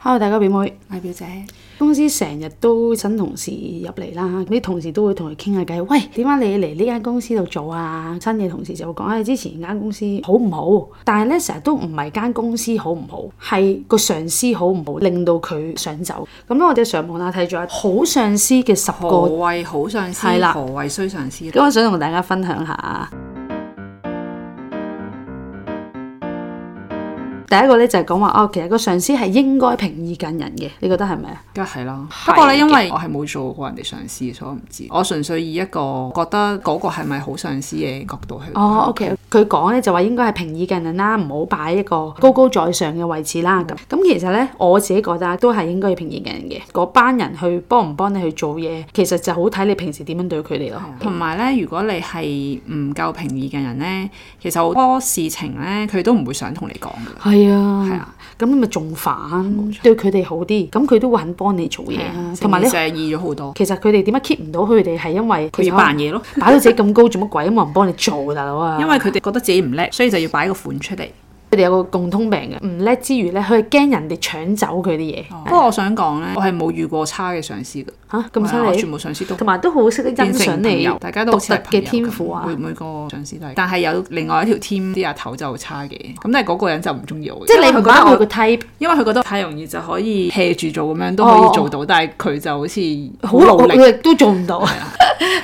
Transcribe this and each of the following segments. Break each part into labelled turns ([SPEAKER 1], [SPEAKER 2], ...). [SPEAKER 1] Hello，大家表妹，
[SPEAKER 2] 係表姐，
[SPEAKER 1] 公司成日都新同事入嚟啦，啲同事都會同佢傾下偈。喂，點解你嚟呢間公司度做啊？新嘅同事就會講：，哎唉、之前間公司好唔好？但係咧，成日都唔係間公司好唔好，係個上司好唔好，令到佢想走。咁咧，我哋上網啦啊睇咗好上司嘅十
[SPEAKER 2] 何
[SPEAKER 1] 個，
[SPEAKER 2] 謂好上司，
[SPEAKER 1] 係啦
[SPEAKER 2] 何謂衰上司？
[SPEAKER 1] 咁我想同大家分享下。第一個咧就係講話哦，其實個上司係應該平易近人嘅，你覺得係咪啊？
[SPEAKER 2] 梗係啦，
[SPEAKER 1] 係
[SPEAKER 2] 不過
[SPEAKER 1] 嘅
[SPEAKER 2] 咧，因為我係冇做過人哋上司，所以我唔知。我純粹以一個覺得嗰個係咪好上司嘅角度去。
[SPEAKER 1] 哦，OK，佢講咧就話應該係平易近人啦，唔好擺一個高高在上嘅位置啦。咁
[SPEAKER 2] 嗯
[SPEAKER 1] 咁其實咧，我自己覺得都係應該要平易近人嘅。嗰班人去幫唔幫你去做嘢，其實就好睇你平時點樣對佢哋咯。
[SPEAKER 2] 同埋咧，如果你係唔夠平易嘅人咧，其實好多事情咧，佢都唔會想同你講㗎。
[SPEAKER 1] 係啊，
[SPEAKER 2] 係啊，
[SPEAKER 1] 咁你咪仲反對佢哋好啲，咁佢都會肯幫你做嘢啊。同埋你
[SPEAKER 2] 成件事係易咗好多，
[SPEAKER 1] 其實佢哋點解 keep 唔到佢哋係因為
[SPEAKER 2] 佢
[SPEAKER 1] 佢
[SPEAKER 2] 要扮嘢咯，
[SPEAKER 1] 擺到自己咁高做乜鬼，冇人幫你 做大佬啊。
[SPEAKER 2] 因為佢哋覺得自己唔叻，所以就要擺個款出嚟。
[SPEAKER 1] 佢哋有個共通病嘅，唔叻之餘咧，佢係驚人哋搶走佢啲嘢
[SPEAKER 2] 不過我想講咧，我係冇遇過差嘅上司㗎。
[SPEAKER 1] 嚇，咁犀
[SPEAKER 2] 係啊我
[SPEAKER 1] 利。
[SPEAKER 2] 全部上司都
[SPEAKER 1] 同埋都好識得欣
[SPEAKER 2] 變
[SPEAKER 1] 賞
[SPEAKER 2] 成朋
[SPEAKER 1] 你
[SPEAKER 2] 友，大家都好似係
[SPEAKER 1] 獨特嘅
[SPEAKER 2] 朋友
[SPEAKER 1] 天
[SPEAKER 2] 咁
[SPEAKER 1] 賦啊
[SPEAKER 2] 每每個上司都係，但係有另外一條 team 啲阿頭就差嘅，咁但係嗰個人就唔中意我嘅，
[SPEAKER 1] 即係
[SPEAKER 2] 因
[SPEAKER 1] 你
[SPEAKER 2] 為
[SPEAKER 1] 唔
[SPEAKER 2] 佢
[SPEAKER 1] 覺得
[SPEAKER 2] 覺得
[SPEAKER 1] 佢
[SPEAKER 2] 我
[SPEAKER 1] 個 type
[SPEAKER 2] 因為佢覺得太容易就可以 hea 住做咁樣都可以做到，但係佢就好似好努力，
[SPEAKER 1] 佢亦都做唔到。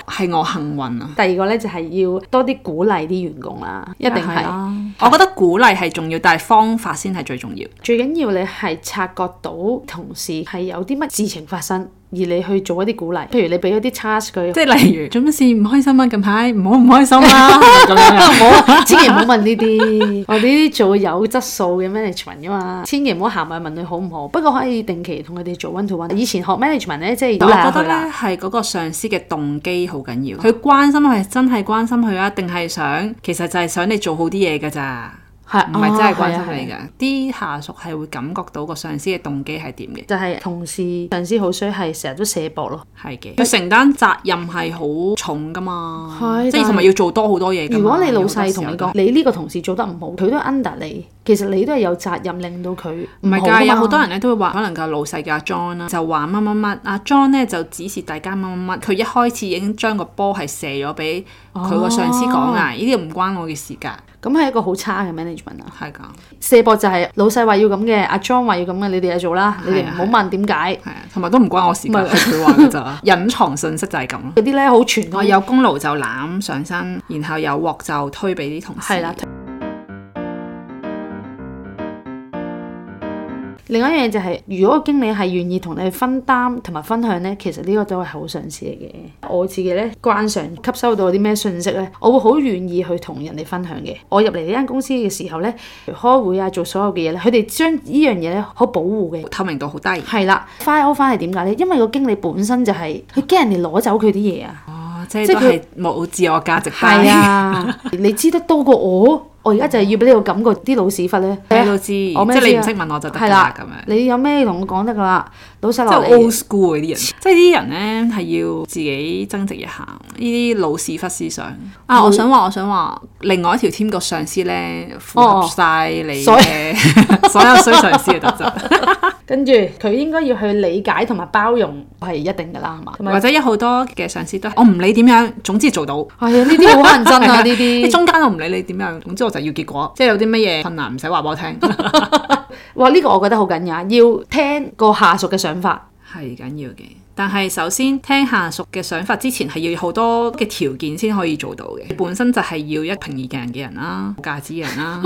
[SPEAKER 2] 係我幸運啊！
[SPEAKER 1] 第二個咧就係要多啲鼓勵啲員工啦，一定
[SPEAKER 2] 係
[SPEAKER 1] 係
[SPEAKER 2] 啦，我覺得鼓勵係重要，但係方法先係最重要。
[SPEAKER 1] 最緊要你係察覺到同事係有啲乜事情發生，而你去做一啲鼓勵，譬如你俾一啲 task 佢，
[SPEAKER 2] 即係例如做乜事唔開心啊？近排唔好唔開 心啦，咁樣啊
[SPEAKER 1] 千祈唔好問呢啲， 我哋呢啲做有質素嘅 management 噶嘛，千祈唔好行埋問佢好唔好，不過可以定期同佢哋做 one to one。以前學 management 咧，即係
[SPEAKER 2] 我
[SPEAKER 1] 鼓勵下
[SPEAKER 2] 覺
[SPEAKER 1] 佢
[SPEAKER 2] 得
[SPEAKER 1] 啦
[SPEAKER 2] 咧係嗰個上司嘅動機好緊要，佢關心係真係關心佢啊，定係想其實就係想你做好啲嘢㗎咋，
[SPEAKER 1] 係
[SPEAKER 2] 唔係真係
[SPEAKER 1] 哦
[SPEAKER 2] 關
[SPEAKER 1] 係啊係啊
[SPEAKER 2] 心你㗎。啲下屬係會感覺到個上司嘅動機係點嘅，
[SPEAKER 1] 就係同事上司好衰，係成日都卸膊咯。
[SPEAKER 2] 係嘅。佢承擔責任係好重㗎嘛
[SPEAKER 1] 係，
[SPEAKER 2] 即係同埋要做多好多嘢㗎嘛。
[SPEAKER 1] 如果你老
[SPEAKER 2] 啊有好多
[SPEAKER 1] 細
[SPEAKER 2] 時候
[SPEAKER 1] 同你
[SPEAKER 2] 都
[SPEAKER 1] 講，你呢個同事做得唔好，佢都 under 你，其實你都係有責任令到佢唔
[SPEAKER 2] 唔係
[SPEAKER 1] 好啊
[SPEAKER 2] 㗎，有好多
[SPEAKER 1] 人
[SPEAKER 2] 人咧都會話，可能個老細叫阿 John 啦，就話乜乜乜，阿 John 咧就指示大家乜乜乜，佢一開始已經將個波係射咗俾佢個上司講啊，
[SPEAKER 1] 哦
[SPEAKER 2] 呢啲唔關我嘅事㗎，
[SPEAKER 1] 咁係一個好差嘅 management 啊！
[SPEAKER 2] 係㗎。
[SPEAKER 1] 卸膊就係老細話要咁嘅，阿 John 話要咁嘅，你哋就做啦，你哋唔好問點解。
[SPEAKER 2] 係啊，同埋都唔關我事㗎，係佢話 㗎咋。隱藏信息就係咁咯。
[SPEAKER 1] 嗰啲咧好傳
[SPEAKER 2] 我
[SPEAKER 1] 統，
[SPEAKER 2] 有功勞就攬上身，然後有鑊就推俾啲同事。
[SPEAKER 1] 係啦。另外一樣嘢就係、如果個經理係願意同你分擔同埋分享呢，其實呢個都係好上司嚟嘅。我自己呢，慣常吸收到啲咩信息呢，我會好願意去同人哋分享嘅。我入嚟呢間公司嘅時候呢，開會啊，做所有嘅嘢呢，佢哋將呢樣嘢呢好保護嘅。
[SPEAKER 2] 透明度好低。
[SPEAKER 1] 係啦，file 翻係點解呢？因為個經理本身就係佢驚人哋攞走佢啲嘢啊。
[SPEAKER 2] 哦，即係
[SPEAKER 1] 即係
[SPEAKER 2] 都係冇自我價值低。
[SPEAKER 1] 係，啊，你知得多過我，我而家就係要俾你個感覺，啲老屎忽呢。
[SPEAKER 2] 你都知，即
[SPEAKER 1] 我咩
[SPEAKER 2] 係你
[SPEAKER 1] 知啊
[SPEAKER 2] 唔識問我就得
[SPEAKER 1] 係
[SPEAKER 2] 㗎啦
[SPEAKER 1] 啦
[SPEAKER 2] 咁樣。
[SPEAKER 1] 你有咩同我講得㗎啦，老細
[SPEAKER 2] 即係
[SPEAKER 1] 落嚟
[SPEAKER 2] old。school 嗰啲人，即係啲人咧係要自己增值一下，呢啲老屎忽思想啊！我想話，我想話，另外一條 team 個上司咧符合
[SPEAKER 1] 哦
[SPEAKER 2] 晒你
[SPEAKER 1] 所
[SPEAKER 2] 嘅 所有衰上司嘅特質。
[SPEAKER 1] 跟住佢應該要去理解同埋包容係一定㗎啦，係嘛？
[SPEAKER 2] 或者有好多嘅上司都係我唔理點樣，總之做到。
[SPEAKER 1] 係啊，呢啲好乞人憎 啊！呢
[SPEAKER 2] 啲
[SPEAKER 1] 啲
[SPEAKER 2] 中間我唔理你點樣，總之我就要結果。即係有啲乜嘢困難唔使話俾我聽，
[SPEAKER 1] 哇，呢、個我覺得好緊要，要聽個下屬嘅想法。
[SPEAKER 2] 係緊要嘅。但係首先聽下屬嘅想法之前，係要好多嘅條件先可以做到嘅。本身就係要一平易近人嘅人啦，冇價值嘅人啦，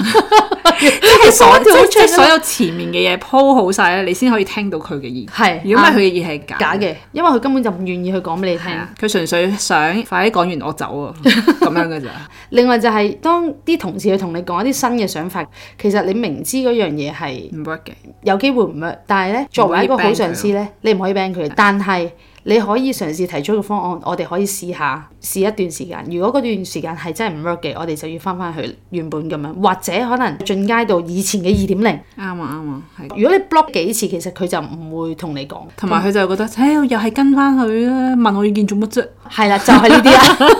[SPEAKER 2] 即係所即
[SPEAKER 1] 條好
[SPEAKER 2] 係即係
[SPEAKER 1] 長嘅
[SPEAKER 2] 所有前面嘅嘢鋪好晒咧，你先可以聽到佢嘅意見。
[SPEAKER 1] 係啊
[SPEAKER 2] 如果唔係佢嘅嘢係假
[SPEAKER 1] 假嘅，因為佢根本就唔願意去講俾你
[SPEAKER 2] 係
[SPEAKER 1] 聽。
[SPEAKER 2] 啊，佢純粹想快啲講完我走啊，咁樣嘅咋。
[SPEAKER 1] 另外就係、當啲同事去同你講一啲新嘅想法，其實你明知嗰樣嘢係
[SPEAKER 2] 唔 work 嘅。
[SPEAKER 1] 有機會唔 work，但係咧作為一個好上司咧，
[SPEAKER 2] 啊
[SPEAKER 1] 你唔可以 ban 佢，但係你可以嘗試提出個方案，我哋可以試下試一段時間。如果嗰段時間係真係唔 work 嘅，我哋就要翻翻去原本咁樣，或者可能進階到以前嘅二點零。
[SPEAKER 2] 啱啊啱啊，係。
[SPEAKER 1] 如果你 block 幾次，其實佢就唔會同你講。
[SPEAKER 2] 同啊埋佢就覺得，唉、又係跟翻佢啦，問我意見做乜啫？
[SPEAKER 1] 係啦，就係呢啲啦。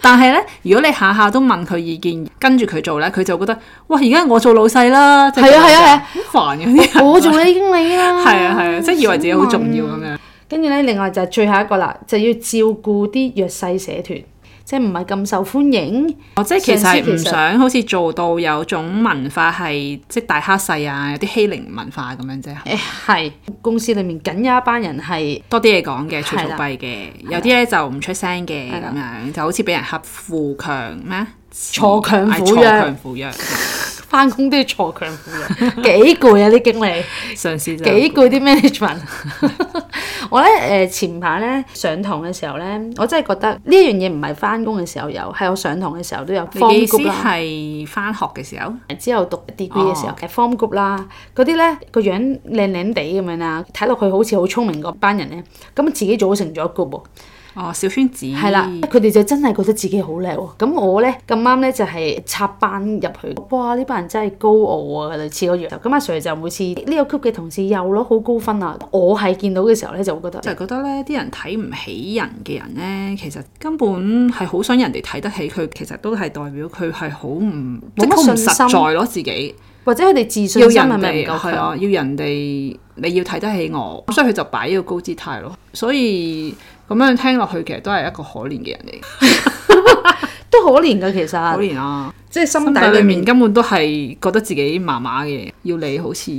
[SPEAKER 2] 但係咧，如果你下下都問佢意見，跟住佢做咧，佢就覺得哇，而家我做老細啦，即
[SPEAKER 1] 係啊
[SPEAKER 2] 咁樣
[SPEAKER 1] 係啊
[SPEAKER 2] 好煩嗰啲人，
[SPEAKER 1] 我做你經理啦，
[SPEAKER 2] 係啊係啊，即係以為自己好重要咁樣。
[SPEAKER 1] 跟住咧，另外就係最後一個啦，就要照顧啲弱勢社團，即係唔係咁受歡迎。
[SPEAKER 2] 哦，即係其實
[SPEAKER 1] 上司
[SPEAKER 2] 係
[SPEAKER 1] 其
[SPEAKER 2] 唔
[SPEAKER 1] 實
[SPEAKER 2] 想好似做到有種文化係即係大蝦細啊，有啲欺凌文化咁樣啫，
[SPEAKER 1] 誒係公司裏面僅有一班人係
[SPEAKER 2] 多啲嘢講嘅，嘈
[SPEAKER 1] 係
[SPEAKER 2] 嘈
[SPEAKER 1] 啦
[SPEAKER 2] 閉嘅，有啲咧就唔出聲
[SPEAKER 1] 係
[SPEAKER 2] 嘅咁
[SPEAKER 1] 啦
[SPEAKER 2] 樣，就好似俾人恰富強咩？
[SPEAKER 1] 鋤強
[SPEAKER 2] 係
[SPEAKER 1] 扶
[SPEAKER 2] 鋤
[SPEAKER 1] 弱
[SPEAKER 2] 強扶弱，
[SPEAKER 1] 翻工都要坐 強扶弱，幾攰啊啲經理。
[SPEAKER 2] 上司就
[SPEAKER 1] 幾攰啲 management。我咧誒、前排咧上堂嘅時候咧，我真係覺得呢樣嘢唔係翻工嘅時候有，係我上堂嘅時候都有
[SPEAKER 2] 你嘅
[SPEAKER 1] form
[SPEAKER 2] 意思哦
[SPEAKER 1] group 啦，
[SPEAKER 2] 係翻學嘅時候，
[SPEAKER 1] 之後讀 degree 嘅時候嘅 form group 啦，嗰啲咧個樣靚靚地咁樣啦，睇落去好似好聰明嗰班人咧，咁自己組成咗 group 喎。
[SPEAKER 2] 哦，小圈子
[SPEAKER 1] 係啦，佢哋就真係覺得自己好叻喎。咁我咧咁啱咧就係、插班入去，哇！呢班人真係高傲啊，類似嗰樣。咁阿 Sir 就每次呢個 group 嘅同事又攞好高分啊，我係見到嘅時候咧就會覺
[SPEAKER 2] 就
[SPEAKER 1] 得
[SPEAKER 2] 係覺得咧，啲人睇唔起人嘅人咧，其實根本係好想人哋睇得起佢，其實都係代表佢係好唔即係
[SPEAKER 1] 乜
[SPEAKER 2] 好唔
[SPEAKER 1] 信
[SPEAKER 2] 實
[SPEAKER 1] 心
[SPEAKER 2] 在咯，自己
[SPEAKER 1] 或者佢哋自信
[SPEAKER 2] 要
[SPEAKER 1] 心係
[SPEAKER 2] 人
[SPEAKER 1] 咪唔
[SPEAKER 2] 哋
[SPEAKER 1] 夠
[SPEAKER 2] 係
[SPEAKER 1] 強？
[SPEAKER 2] 啊，要人哋你要睇得起我，所以佢就擺呢個高姿態咯。所以咁樣聽落去，其實都係一個可憐嘅人嚟，
[SPEAKER 1] 都可憐㗎，其
[SPEAKER 2] 可
[SPEAKER 1] 實
[SPEAKER 2] 憐啊！
[SPEAKER 1] 即係
[SPEAKER 2] 心
[SPEAKER 1] 心
[SPEAKER 2] 底
[SPEAKER 1] 底裏
[SPEAKER 2] 裏
[SPEAKER 1] 面
[SPEAKER 2] 面根本都係覺得自己麻麻嘅，要你好似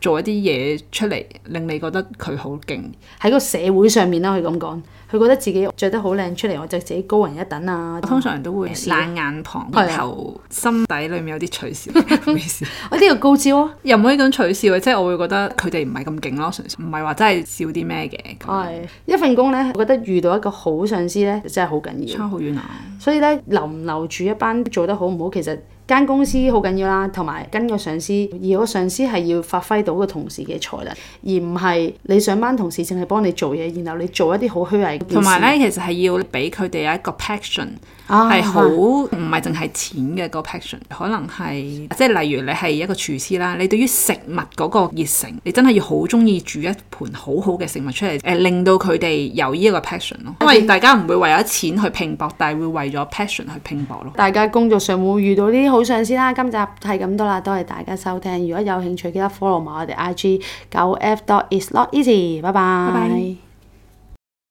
[SPEAKER 2] 做一啲嘢出嚟，令你覺得佢好勁。
[SPEAKER 1] 喺個社會上面啦，佢咁講，佢覺得自己着得好靚出嚟，我就自己高人一等 啊。
[SPEAKER 2] 我通常都會冷眼旁
[SPEAKER 1] 係啊
[SPEAKER 2] 頭，心底裏面有啲取 笑，唔好意思
[SPEAKER 1] 我呢個高招啊，
[SPEAKER 2] 又唔可以咁取笑嘅，即係我會覺得佢哋唔係咁勁咯，純粹唔係話真係笑啲咩嘅，咁
[SPEAKER 1] 係一份工咧，我覺得遇到一個好上司咧，真係好緊要。
[SPEAKER 2] 差好遠啊！
[SPEAKER 1] 所以咧，留唔留住一班做得好唔好，其實間公司好緊要啦，同埋跟個上司，而個上司係要發揮到個同事嘅才能，而唔係你上班同事淨係幫你做嘢，然後你做一啲好虛偽嘅件事
[SPEAKER 2] 同埋咧，其實係要俾佢哋有一個 passion，
[SPEAKER 1] 啊
[SPEAKER 2] 係好唔係淨係錢嘅個 passion，可能係即係例如你係一個廚師啦，你對於食物嗰個熱誠，你真係要好中意煮一盤好好嘅食物出嚟，誒、令到佢哋有呢一個 passion 咯。因為大家唔會為咗錢去拼搏，但係會為咗 passion 去拼搏咯。
[SPEAKER 1] 大家工作上會遇到呢啲好上司啦。今集係咁多啦，多謝大家收聽。如果有興趣，記得 follow 埋我哋 IG 九 F dot is not easy。拜
[SPEAKER 2] 拜
[SPEAKER 1] 拜。